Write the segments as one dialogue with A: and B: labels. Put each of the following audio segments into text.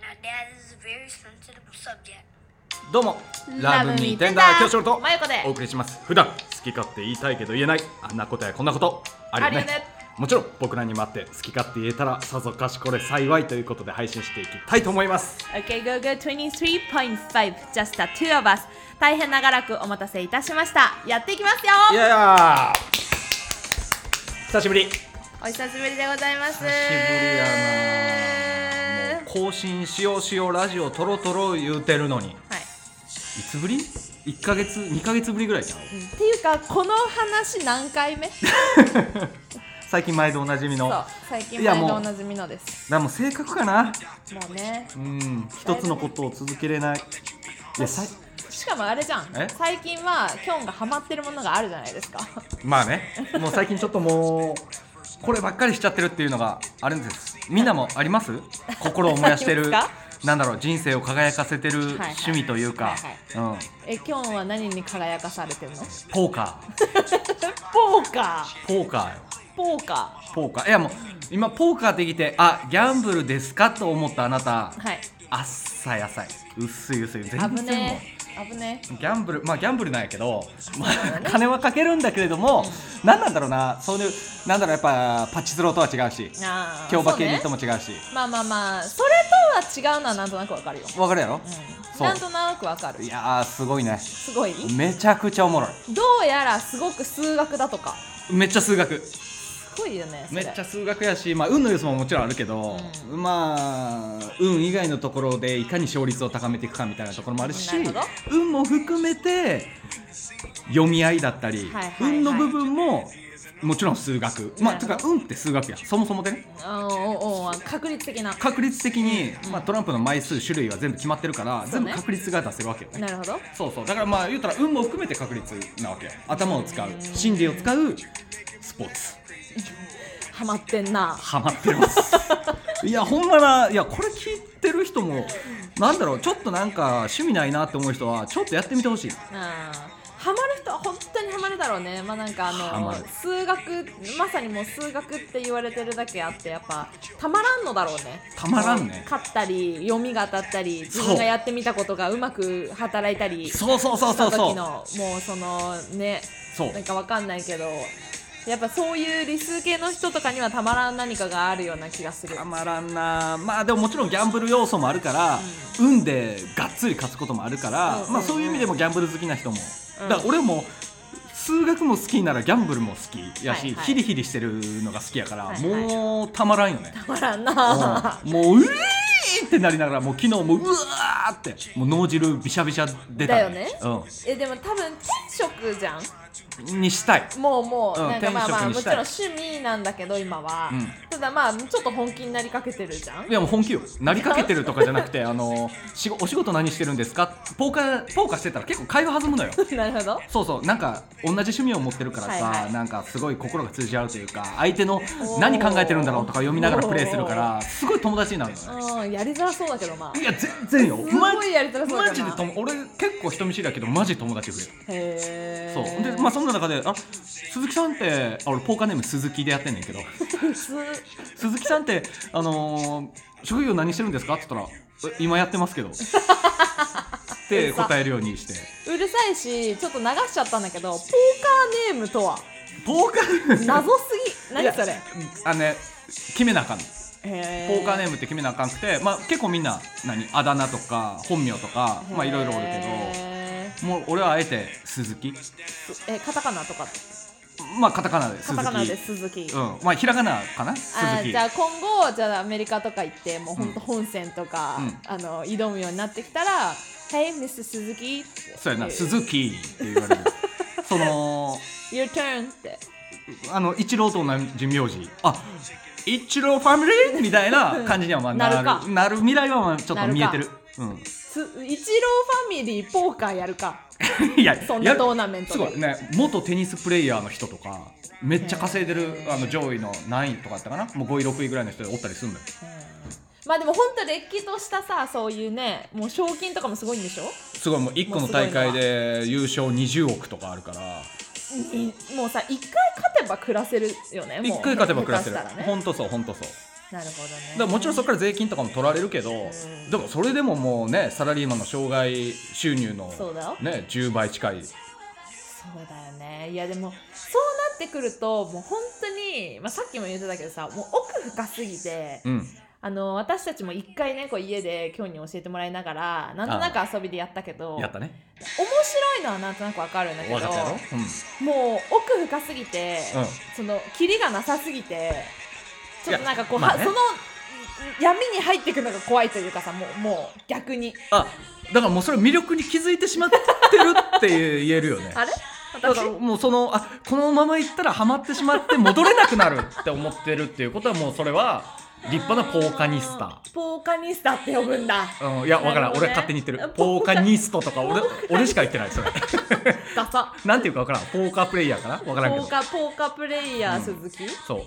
A: That is a very sensitive subject.
B: どうも
C: ラ
B: ラ
C: ブ
B: ブ
C: ニ
B: ニ
C: テ
B: テ
C: ン
B: ン
C: ダ
B: ダ
C: ー
B: ー教師と
C: まゆこで
B: お送りします普段好き勝手言いたいけど言えないあんなことやこんなことあるよね
C: あるよね
B: もちろん僕らにもあって好き勝手言えたらさぞかしこれ幸いということで配信していきたいと思います
C: Okay, go go 23.5 Just the two of us 大変長らくお待たせいたしましたやっていきますよ
B: いやいや久しぶり久し
C: お久しぶりでございます
B: ぶりやなもう更新しようしようラジオトロトロ言うてるのにい
C: はい
B: つぶり1か月2か月ぶりぐらいじゃん
C: っていうかこの話何回目そう
B: 最近毎度おなじみの
C: 最近
B: いや
C: 前
B: もう
C: とおなじみのです
B: なんもう性格かな
C: もうね
B: うん一つのことを続けれないいやさい
C: しかもあれじゃん
B: え
C: 最近はキョンがハマってるものがあるじゃないです か
B: まあね、もう最近ちょっともう、こればっかりしちゃってるっていうのがあるんです。みんなもあり ます心を燃やして
C: あり
B: る
C: ます、
B: なんだろう、人生を輝かせてる
C: いはい
B: 趣味というか、うん、
C: えキョンは何に輝かされてるの
B: ポーカ
C: ポーカ
B: ー、ポーカーよ。
C: ーポーカ
B: ポーカーいやもう今ポーカーってきてあギャンブルですかと思ったあなた、
C: ーはい
B: あっさいあっさい薄い薄い全然も
C: 危
B: う
C: ねえ危ね
B: ギャンブルまあギャンブルなんやけど、まあ、金はかけるんだけれども、なん、何なんだろうなそういうなんだろうやっぱパチスロとは違うし
C: えなあ
B: 競馬系にと
C: そうね
B: も違うし
C: まあまあまあそれとは違うのはなんとなくわかるよ、
B: わかるやろ、
C: うん、
B: そう
C: なんとなくわかる
B: いやーすごいね
C: すごい
B: めちゃくちゃおもろい
C: どうやらすごく数学だとか
B: めっちゃ数学
C: すごいよねそ
B: め
C: れ
B: っちゃ数学やし、まあ、運の要素ももちろんあるけど、まあ運以外のところでいかに勝率を高めていくかみたいなところもあるし
C: なるほど
B: 運も含めて読み合いだったり、
C: はいはいはい
B: 運の部分ももちろん数学まあ
C: な
B: て
C: るほど
B: か運って数学やそもそもでね
C: あおお確率的な
B: 確率的に、まあ、トランプの枚数種類は全部決まってるから、
C: そう
B: 全
C: ね
B: 部確率が出せるわけよね
C: なるほど
B: そうそうだからまあ言うたら運も含めて確率なわけ頭を使う心理を使うスポーツ
C: ハマってんな
B: ハマって ますいやほんまないやこれ聞いてる人もなんだろうちょっとなんか趣味ないなって思う人はちょっとやってみてほしい
C: あーハマる人は本当にハマるだろうねまあなんかあ
B: ハ
C: の
B: マる
C: 数学まさにもう数学って言われてるだけあってやっぱたまらんのだろうね
B: たまらんね
C: 勝ったり読みが当たったり自分がやってみたことがうまく働いたり
B: そうそうそうそうそ
C: した時
B: う
C: のもうそのね
B: そう
C: なんかわかんないけどやっぱそういう理数系の人とかにはたまらん何かがあるような気がする
B: たまらんなまあでももちろんギャンブル要素もあるから、運でがっつり勝つこともあるから、
C: うん
B: まあそういう意味でもギャンブル好きな人も、だから俺も数学も好きならギャンブルも好きやし、
C: はいはい
B: ヒリヒリしてるのが好きやから、
C: はいはい
B: もうたまらんよね、
C: たまらんな
B: うんもううえーってなりながらもう昨日もううわーってもう脳汁びしゃびしゃ出た
C: だよね えでも多分天職じゃん
B: うん、にしたい
C: もうもう、
B: うん
C: なんかまあまあ
B: 転職
C: も
B: し
C: ちろ
B: たい
C: ん趣味なんだけど今は、
B: うん
C: ただまあちょっと本気になりかけてるじゃん
B: いやもう本気よなりかけてるとかじゃなくてあのしごお仕事何してるんですかポーカーポーカーしてたら結構会話弾むのよ
C: なるほど
B: そうそうなんか同じ趣味を持ってるからさ、
C: はいはい
B: なんかすごい心が通じ合うというか相手の
C: おー
B: 何考えてるんだろうとか読みながらプレイするか
C: お
B: らすごい友達になるのね
C: うんやりづらそうだけどまあ
B: いや全然よ
C: すごいやりづらそうだな
B: マジでとも俺結構人見知りだけどマジ友達増える
C: へえ
B: そうでまあそんな中であ鈴木さんってあ俺ポーカーネーム鈴木でやってんね んけど
C: す
B: 鈴木さんってあのー職業何してるんですかって言ったらえ今やって ますけどって答えるようにして
C: うるさいしちょっと流しちゃったんだけどポーカーネームとは
B: ポーカー
C: 謎すぎ
B: いや
C: 何それ
B: あのね決めなあかんのポ
C: へ
B: ーカーネー
C: ム
B: ムって決めなあかんくて、まあ、結構みんな何あだ名とか本名とかまあいろいろおるけどもう俺はあえて鈴木
C: えカタカナとか
B: まあカタカナで
C: カ
B: 鈴木
C: タカナで鈴木
B: うんまあひらがなかな鈴
C: あー
B: 木
C: じゃあ今後じゃあアメリカとか行ってもう本当本線とか、
B: うん
C: あの挑むようになってきたら「Hey Mr. 鈴木」って
B: そうやな、
C: いう
B: 鈴木って言わ れる。その、
C: Your turn」って
B: あの、一郎と同じ名字。あ、一郎ファミリーみたいな感じにはまあ
C: な
B: な
C: る
B: る。
C: か
B: なる未来はまあちょっと見えてる。
C: すイチローファミリーポーカーやるか
B: うん。いや、
C: そん
B: や
C: な
B: る
C: トーナメント
B: す
C: で
B: ごいね、元テニスプレイヤーの人とか、めっちゃ稼いでる、あの、上位の何位とかだったかなもう5位、6位ぐらいの人おったりするんだよ。
C: まあでも本当れっきとしたさそういうねもう賞金とかもすごいんでしょ
B: すごい、もう1個の大会で優勝20億とかあるから、
C: いもうさ一回勝てば暮らせるよねもう
B: 1回勝てば暮らせる
C: 下手した。らね
B: ほんとそう、ほんとそう。
C: なるほどね
B: だからもちろんそこから税金とかも取られるけどでもそれでももうねサラリーマンの障害収入の
C: そうだよ
B: ね10倍近い
C: そうだよねいやでもそうなってくるともう本当にまあさっきも言ってたけどさもう奥深すぎて
B: うん
C: あの私たちも一回ねこう家で今日に教えてもらいながらなんとなく遊びでやったけど
B: やったね
C: 面白いのはなんとなくわかるんだけど
B: 分かったやろうん
C: もう奥深すぎて、
B: うん
C: そのキリがなさすぎてちょっとなんかこう、
B: いやまあ
C: は
B: ね
C: その闇に入っていくのが怖いというかさもうもう逆に
B: あだからもうそれ魅力に気づいてしまってるって言えるよね
C: あれ
B: だ
C: 私
B: からもうそのあこのまま行ったらハマってしまって戻れなくな るって思ってるっていうことはもうそれは立派なポーカニスタ
C: ポーカニスタって呼ぶんだ
B: ー、うん、いやわから
C: なる
B: ん、
C: ほどね
B: 俺は勝手に言ってるポーカニストとか俺俺しか言ってない それ
C: ダサ
B: なんていうかわからんポーカープレイヤーかなわか
C: ポ
B: らんけど
C: ーカポーカプレイヤー
B: うん
C: 鈴木、
B: そう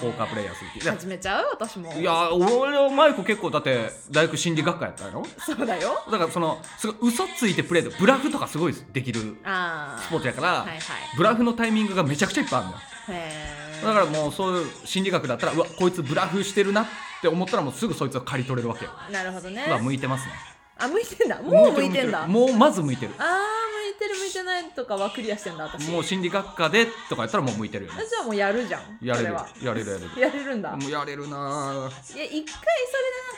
B: ポーカープレイヤーする
C: 始めちゃう私も
B: いや俺はマイク結構だって大学心理学科やったやろ
C: そうだよ
B: だからそのすごい嘘ついてプレイとブラフとかすごいできる
C: あ
B: ス
C: あ
B: ポーツやから、
C: はいはい
B: ブラフのタイミングがめちゃくちゃいっぱいあるのよ
C: へー
B: だからもうそういう心理学だったらうわこいつブラフしてるなって思ったらもうすぐそいつを刈り取れるわけよ
C: なるほどね
B: うわ向いてますね
C: あ向いてんだもう向いてんだああー
B: もうまず向いてる
C: 向いてる向いてないとかはクリアしてんだ私
B: もう心理学科でとかやったらもう向いてるよ
C: あ
B: ね
C: じゃあもうやるじゃん
B: やれる
C: そは
B: やれるやれる
C: やれるんだ
B: もうやれるなぁ
C: いや一回それで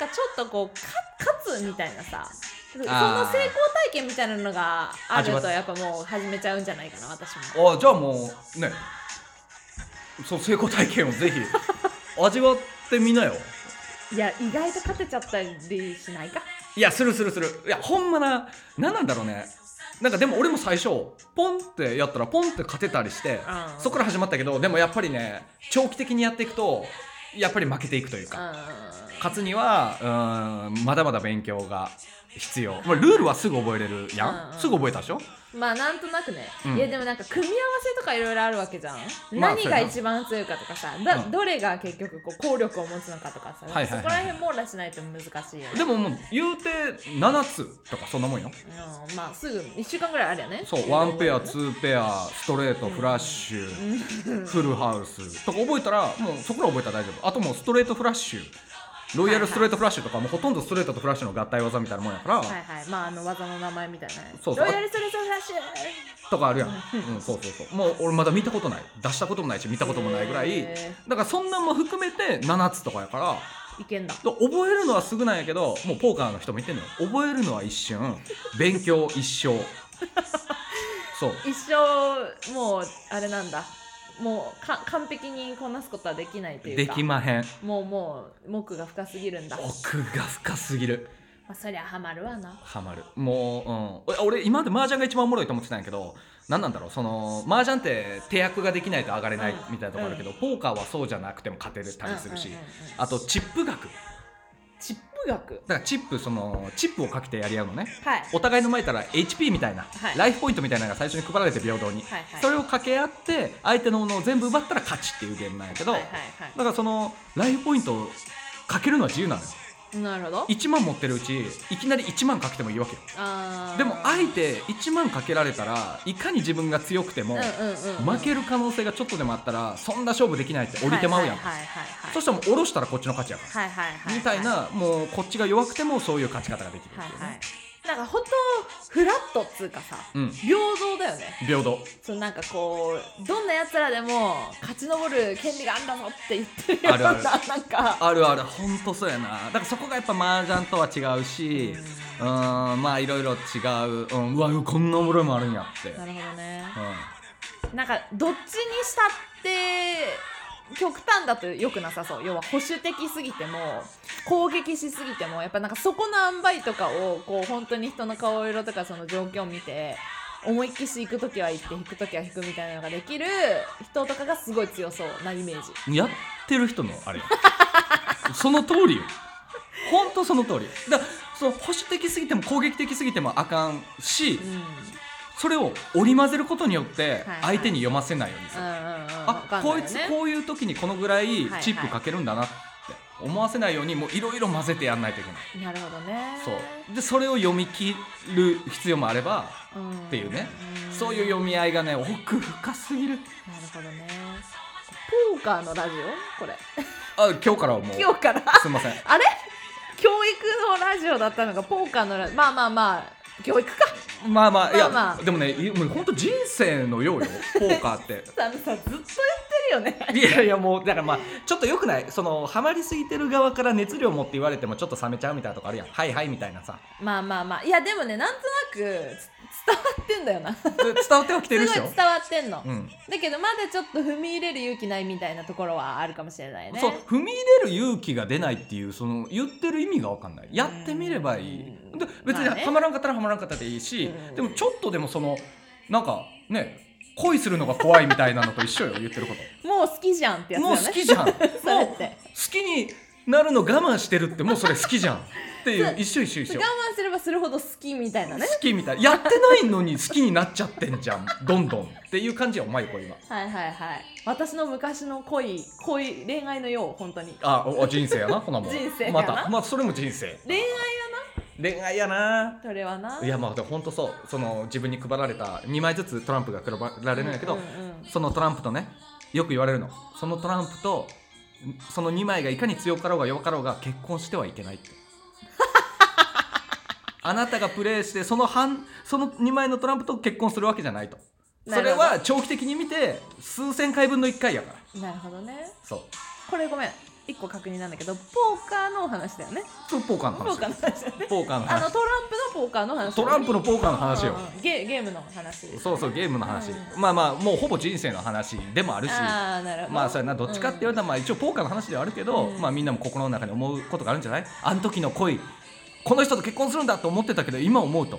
C: なんかちょっとこうか勝つみたいなさその成
B: あー
C: 功体験みたいなのがあ
B: 味わ
C: る
B: っ
C: とやっぱもう始めちゃうんじゃないかな私も
B: あじゃあもうねそう成功体験を ぜひ味わってみなよ
C: いや意外と勝てちゃったりしないか
B: いやするするするいやほんまな何なんだろうねなんかでも俺も最初ポンってやったらポンって勝てたりして、
C: うん
B: そこから始まったけどでもやっぱりね長期的にやっていくとやっぱり負けていくという
C: う
B: か、
C: ん
B: 勝つにはうーんまだまだ勉強が必要、まあ、ルールはすぐ覚えれるやん、
C: うんうん
B: すぐ覚えたでしょ
C: まあなんとなくね、
B: うん
C: いやでもなんか組み合わせとかいろいろあるわけじゃん、
B: まあ
C: 何が一番強いかとかさだ、
B: うん
C: どれが結局こう効力を持つのかとかさ、
B: はいはいはい
C: そこら辺網羅しないと難しいよね
B: でももう言うて7つとかそんなもんよ
C: うん、まあすぐ1週間ぐらいあるよね
B: そう1ペア2ペアストレートフラッシュフルハウスとか覚えたらもうそこら覚えたら大丈夫あともうストレートフラッシュロイヤルストレートフラッシュとかもうほとんどストレートとフラッシュの合体技みたいなもんやから、
C: はいはいまああの技の名前みたいなね
B: そうそう
C: ロイヤルストレートフラッシュ
B: とかあるやん、うん、そうそうそうもう俺まだ見たことない出したこともないし見たこともないぐらい
C: へ
B: だからそんなんも含めて7つとかやから
C: いけんだ
B: だから覚えるのはすぐなんやけどもうポーカーの人も言ってんのよ覚えるのは一瞬勉強一 生そう
C: 一生もうあれなんだもうか完璧にこなすことはできないとい
B: で
C: うか
B: きまへん
C: もうもう目が深すぎるんだ、ま
B: 奥が深すぎる
C: あ、そりゃハマるわな
B: ハマるもう、うん、お俺今まで麻雀が一番おもろいと思ってたんやけど何なんだろうその麻雀って手役ができないと上がれない
C: うん
B: みたいなとこあるけど、ポーカーはそうじゃなくても勝てるたりするし、
C: うんうんうんうん
B: あとチップ額だか
C: チップ学
B: らチップそのチップをかけてやり合うのね
C: はい
B: お互いの前から HP みたいな、
C: はい
B: ライフポイントみたいなのが最初に配られて平等に、
C: はいはい
B: それを掛け合って相手のものを全部奪ったら勝ちっていうゲームなんやけど、
C: はいはい
B: だからそのライフポイントをかけるのは自由なのよ
C: はいなるほど
B: 1万持ってるうちいきなり1万かけてもいいわけよ
C: あー
B: でも相手1万かけられたらいかに自分が強くても
C: うんうんうんうん
B: 負ける可能性がちょっとでもあったらそんな勝負できないって降りてまうやん
C: はいはいはい
B: そしたらもう下ろしたらこっちの勝ちやか
C: はいはいは
B: ら
C: い
B: みたい
C: は
B: なもうこっちが弱くてもそういう勝ち方ができるって
C: い
B: いう
C: は
B: ね
C: いなんか本当フラットっつうかさ
B: うん
C: 平等だよね
B: 平等
C: そのなんかこうどんな奴らでも勝ち上る権利があんだぞって言ってるよ
B: あ
C: う
B: るあ
C: な
B: る
C: なんか
B: あるあるほんとそうやなだからそこがやっぱ麻雀とは違うしうーんまあいろいろ違う、うん、うわこんなおもろいもあるんやって、
C: なるほどね
B: う
C: なんかどっちにしたって極端だと良くなさそう要は保守的すぎても攻撃しすぎてもやっぱなんかそこの塩梅とかをこう本当に人の顔色とかその状況を見て思いっきし引く時は行って引く時は引くみたいなのができる人とかがすごい強そうなイメージ
B: ん、やってる人のあれよ その通りよほんとその通りだからその保守的すぎても攻撃的すぎてもあかんし、
C: うんうんうんうん
B: それを織り交ぜることによって
C: はい
B: 相手に読ませないようにする、
C: あ
B: あこいつこういう時にこのぐらい
C: はい
B: チップかけるんだなって思わせないようにもういろいろ混ぜてやんないといけない
C: なるほどね
B: そうでそれを読み切る必要もあれば
C: うん
B: っていうね
C: ん
B: そういう読み合いがね奥深すぎる
C: なるほどね。ポーカーのラジオこれ
B: あ今日からはもう
C: 今日から
B: すいません
C: あれ教育のラジオだったのがポーカーのラジオまあまあまあ教育か
B: まあまあいや、
C: まあまあ
B: でもねいもう本当人生のようよポーカーって
C: さんさずっと言ってるよね
B: いやいやもうだからまあちょっとよくないそのハマりすぎてる側から熱量持って言われてもちょっと冷めちゃうみたいなとこあるやんはいはいみたいなさ
C: まあまあまあいやでもねなんとなくつ伝わってんだよなす
B: で伝わってはきて
C: ごい
B: るで
C: 伝
B: しょ
C: わってんの、
B: うん
C: だけどまだちょっと踏み入れる勇気ないみたいなところはあるかもしれないね
B: そう踏み入れる勇気が出ないっていうその言ってる意味が分かんないやってみればいい
C: うん
B: で別に
C: まあね
B: ハマらんかったらハマらんかったでいいし、
C: うん
B: でもちょっとでもそのなんかね恋するのが怖いみたいなのと一緒よ言ってるこ
C: もう好きじゃんって
B: と
C: やつ
B: もう
C: だよね
B: 好き じゃんもう
C: それって
B: 好きになるの我慢してるってもうそれ好きじゃんっていう一緒一緒一緒
C: 我慢すればするほど好きみたいなね
B: 好きみたいやってないのに好きになっちゃってんじゃんどんどんっていう感じやお前こ今
C: はいはいはい私の昔の恋恋恋愛のよう本当に
B: あおお人生や なほなもう
C: 人生やな
B: またまあそれも人生
C: 恋愛
B: 恋愛やな
C: それはない
B: やまあでも本当そうその自分に配られた2枚ずつトランプが配られるんやけど、
C: うんうん
B: そのトランプとねよく言われるのそのトランプとその2枚がいかに強かろうが弱かろうが結婚してはいけないって あなたがプレイしてその半その2枚のトランプと結婚するわけじゃないとそれ
C: な
B: は長期的に見て数千回分の1回やから
C: なるほどね
B: そう
C: これごめん一個確認なんだけどポーカーのお話だよね
B: それポーカーの
C: ポ
B: 話
C: ーカーの話だよね
B: ポーカーの
C: あの
B: 話
C: トランプのポーカーの話だ
B: ト
C: よね
B: ランプのポーカーの話よ、
C: うんうんゲゲームの話です
B: そうそうゲームの話、
C: う
B: まあまあもうほぼ人生の話でもあるし
C: ああなるほ ど
B: まあそれなどっちかって言われたらまあ一応ポーカーの話ではあるけど、
C: うん
B: まあみんなも心の中に思うことがあるんじゃないあの時の恋この人と結婚するんだと思ってたけど今思うと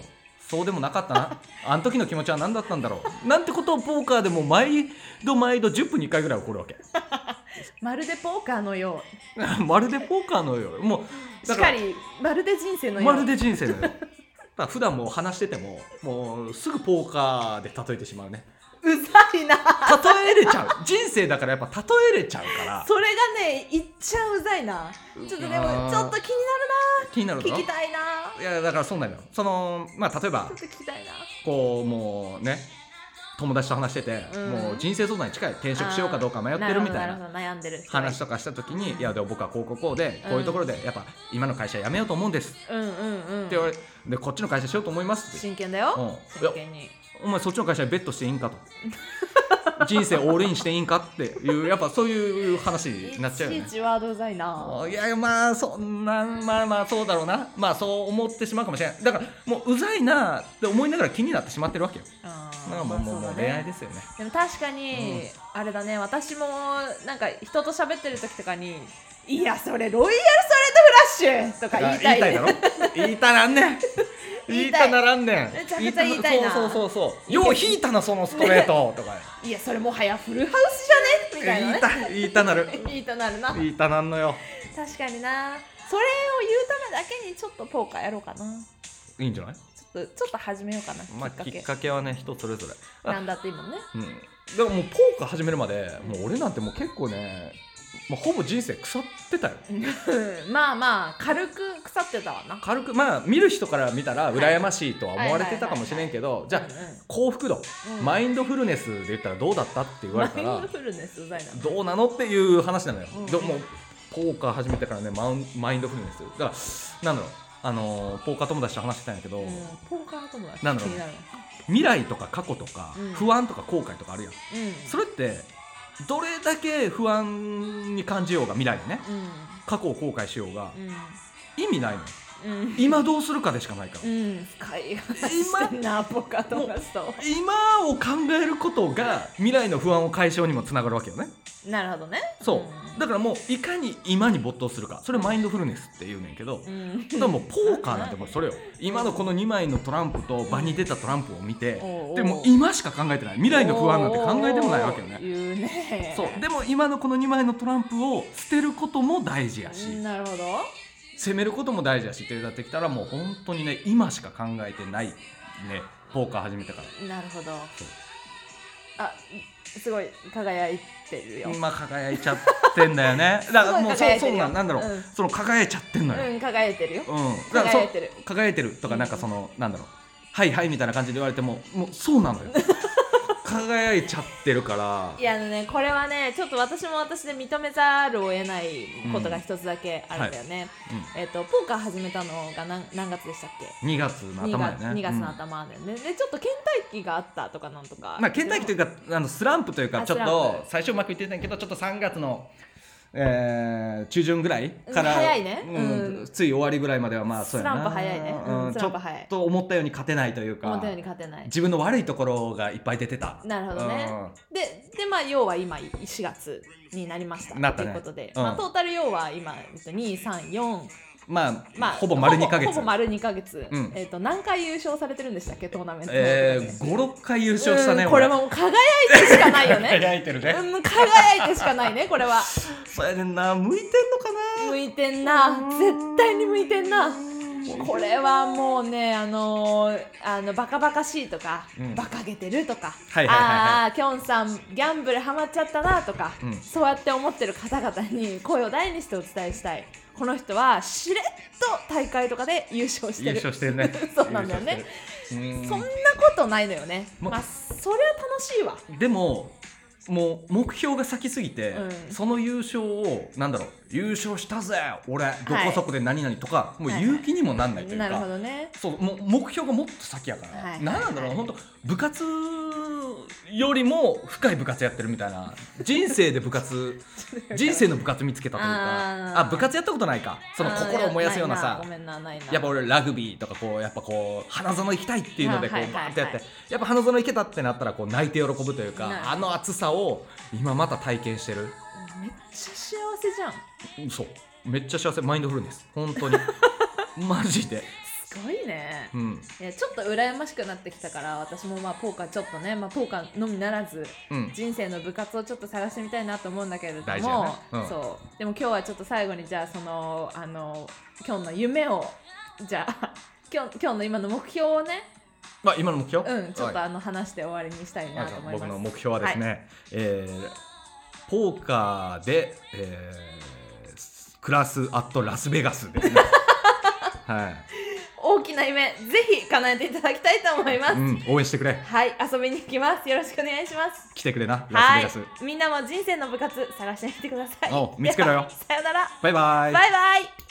B: そうでもなかった なあの時の気持ちは何だったんだろうなんてことをポーカーでも毎度毎度10分に1回ぐらい起こるわけ
C: まるでポーカーのよ
B: まるでポーカーのようも
C: う
B: う
C: し
B: だ
C: っ
B: か
C: からりまるで人生のよう
B: まるで人生のようだ から普段もう話しててももうすぐポーカーで例えてしまうね
C: うざいな
B: 例えれちゃう人生だからやっぱ例えれちゃうから
C: それがねいっちゃうざいなちょっとで
B: あ
C: も
B: ー
C: ちょっと気に
B: 気になる
C: な
B: だ
C: るな
B: ろ
C: 聞きたいない
B: やだからそうなのよそのまあ例えば
C: ちょっと聞きたいな
B: こうもうね友達と話してて、
C: うん
B: もう人生相談に近い転職しようかどうか迷ってるみたい
C: あー
B: な
C: るほどるほど悩んでる
B: 話とかした時に「いやでも僕はこうこうこうで
C: うん
B: こういうところでやっぱ今の会社辞めようと思うんです」って
C: うんうんうん
B: 言われでこっちの会社しようと思います」って
C: 真剣だよ、
B: うん
C: 真剣に
B: 「お前そっちの会社にベットしていいんか」と「人生オールインしていいんか」っていうやっぱそういう話になっちゃうよ
C: い
B: ね
C: ち。いちワードうざいな。
B: いやまあそんなまあまあそうだろうなまあそう思ってしまうかもしれないだからもううざいなって思いながら気になってしまってるわけよ
C: な。
B: まあもうもうもう恋愛ですすよね
C: でも確かに、
B: うん
C: あれだね私もなんか人と喋ってる時とかに「いやそれロイヤルストレートフラッシュ!」とか言いたい,、
B: だろ言いたらん ねん
C: 言
B: 言
C: い
B: い
C: たい
B: たならんねん
C: めちゃくちゃ言いたいな
B: そうそうそうそうよう引いたなそのストレートとか
C: いやそれもはやフルハウスじゃね?」みた
B: 言
C: いないね
B: た言いたなる
C: 言いたなるな
B: 言いたなんのよ
C: 確かになそれを言うためだけにちょっとポーカーやろうかない
B: いんじゃない
C: ちょっとちょっと始めようかな、
B: まあ
C: きっか
B: きっ
C: け
B: かけはね人それぞれあ
C: なんだっていいもんね
B: うんでももうポーカー始めるまでもう俺なんてもう結構ねもうほぼ人生腐ってたよ
C: まあまあ軽く腐ってたわな
B: 軽くまあ見る人から見たら羨ましいとは思われてたかもしれんけどじゃあ
C: うんうん
B: 幸福度、
C: うん
B: マインドフルネスで言ったらどうだったって言われた
C: マイ
B: ら
C: ンドフルネスうざいな
B: どうなのっていう話なのよ、
C: うん
B: でももうポーカー始めてからねマウンマインドフルネスだからなんだろうあのーポーカー友達と話してたんやけど、
C: うんポーカー友達
B: なんだ
C: 気
B: ろう
C: になる
B: 未来とか過去とか、
C: うん
B: 不安とか後悔とかあるやん
C: うん
B: それってどれだけ不安に感じようが未来にね
C: う
B: 過去を後悔しようが
C: ん
B: 意味ないのよ
C: うんうん
B: 今どうするかでしかないから、
C: うん深い話してんなポーカー友達と
B: 今を考えることが未来の不安を解消にもつながるわけよね
C: なるほどね
B: そう、
C: ん
B: だからもういかに今に没頭するかそれマインドフルネスって言うねんけど、
C: うん
B: でもポーカーなんてもうそれよ今のこの2枚のトランプと場に出たトランプを見て
C: おうおう
B: でも今しか考えてない未来の不安なんて考えてもないわけよ
C: おー
B: ね
C: 言うね
B: そうでも今のこの2枚のトランプを捨てることも大事やし
C: うんなるほど
B: 攻めることも大事やしってなってきたらもう本当にね今しか考えてないねポーカー始めてか
C: なるほど
B: そう
C: あすごい輝いてるよ
B: ら今輝いちゃってんだよねだからもうそう
C: すご
B: そ
C: いう輝いてるよ
B: なんなんだろう、
C: うん
B: その輝いちゃってんのよ、
C: うん輝いてるよ
B: うん、だからそう
C: 輝いてる
B: 輝いてるとかなんかその、なんだろうはいはいみたいな感じで言われてももうそうなのよ輝いちゃってるから
C: いやあのねこれはねちょっと私も私で認めざるを得ないことが一つだけあるんだよね、
B: うんは
C: えっ、とポーカー始めたのが何何月でしたっけ
B: 2月の
C: 2
B: 頭や
C: 月
B: ね
C: ,2 月の
B: うん
C: 頭でね、でちょっと倦怠期があったとかなんとか
B: まあ、倦怠期というかあのスランプというか
C: あ
B: ちょっ
C: スラン
B: と
C: プ
B: 最初うまくいってたんやけどちょっと3月の、えー中旬ぐらいから、
C: うん早いね
B: うん
C: うん
B: つい終わりぐらいまではまあそうやな
C: スランプ早いねうん
B: うん
C: ス
B: ち
C: ラ
B: ょ
C: ンプ
B: っ
C: 早い
B: と思ったように勝てないという
C: 思
B: か
C: ったように勝てない
B: 自分の悪いところがいっぱい出てた
C: なるほどね、ででまあ要は今4月になりました
B: なったね
C: ということで、
B: うん
C: まあ、トータル要は今234
B: うんまあ、
C: まあ
B: ほぼ丸2ヶ
C: ほぼ
B: 月
C: ほぼ丸2ヶ月、
B: うん
C: えっ、と何回優勝されてるんでしたっけトーナメント、
B: えー、56回優勝したね、
C: うんこ
B: 俺
C: れはもう輝いてしかないよね
B: 輝いてるね、
C: うん輝いてしかないねこれは
B: それでんな向いてんのか
C: 向いてんな絶対に向いてんなこれはもうねあのーあのバカバカしいとか、
B: うん
C: バカげてるとか、
B: はいはいはいはい
C: ああきょんさんギャンブルハマっちゃったなとか、
B: うん
C: そうやって思ってる方々に声を大にしてお伝えしたいこの人はしれっと大会とかで優勝して
B: 優
C: る
B: 勝してるね
C: そうなんだよね
B: 優勝してるうん
C: そんなことないのよね、
B: も
C: まあそれは楽しいわ
B: でももう目標が先すぎて、
C: うん
B: その優勝をなんだろう優勝したぜ俺どこそこで何々とか、もう
C: はい
B: 勇気にもなんないというか、
C: なるほどね
B: そうもう目標がもっと先やから、
C: はいはいはい
B: なんなんだろう本当部活よりも深い部活やってるみたいな人生で部活 人生の部活見つけたという
C: あ
B: か
C: ー
B: あ部活やったことないかその心を燃やすようなさ
C: あーないなごめんなないな
B: やっぱ俺ラグビーとかこうやっぱこう花園行きたいっていうのでこ
C: はいうはい
B: バー
C: はいはい
B: ってやってやっぱ花園行けたってなったらこう泣いて喜ぶという
C: なるほ
B: か
C: ど
B: あの熱さを今また体験してる
C: めっちゃ幸せじゃん
B: そうめっちゃ幸せマインドフルネス本 当にマジで、
C: すごいね
B: うん
C: いやちょっと羨ましくなってきたから私もまあポーカーちょっとね、まあ、ポーカーのみならず
B: うん、
C: 人生の部活をちょっと探してみたいなと思うんだけれども、
B: 大事やねうん
C: そうでも今日はちょっと最後にじゃあそのあの今日の夢をじゃあ 今日今日の今の目標をね、
B: まあ今の目標
C: うん、ちょっと
B: はい
C: あの話して終わりにしたいな
B: あじ
C: と
B: ゃあ
C: 思います。
B: 僕の目標はですね、えーポーカーで、えー暮らすアットラスベガスですね はい、
C: 大きな夢ぜひ叶えていただきたいと思います。
B: うん、応援してくれ
C: はい遊びに行きます。よろしくお願いします。
B: 来てくれなラス
C: は
B: ベ
C: い
B: ガス、
C: みんなも人生の部活探してみてください。
B: お見つけろよ
C: ではさよなら。
B: バイバイ
C: バイバイ。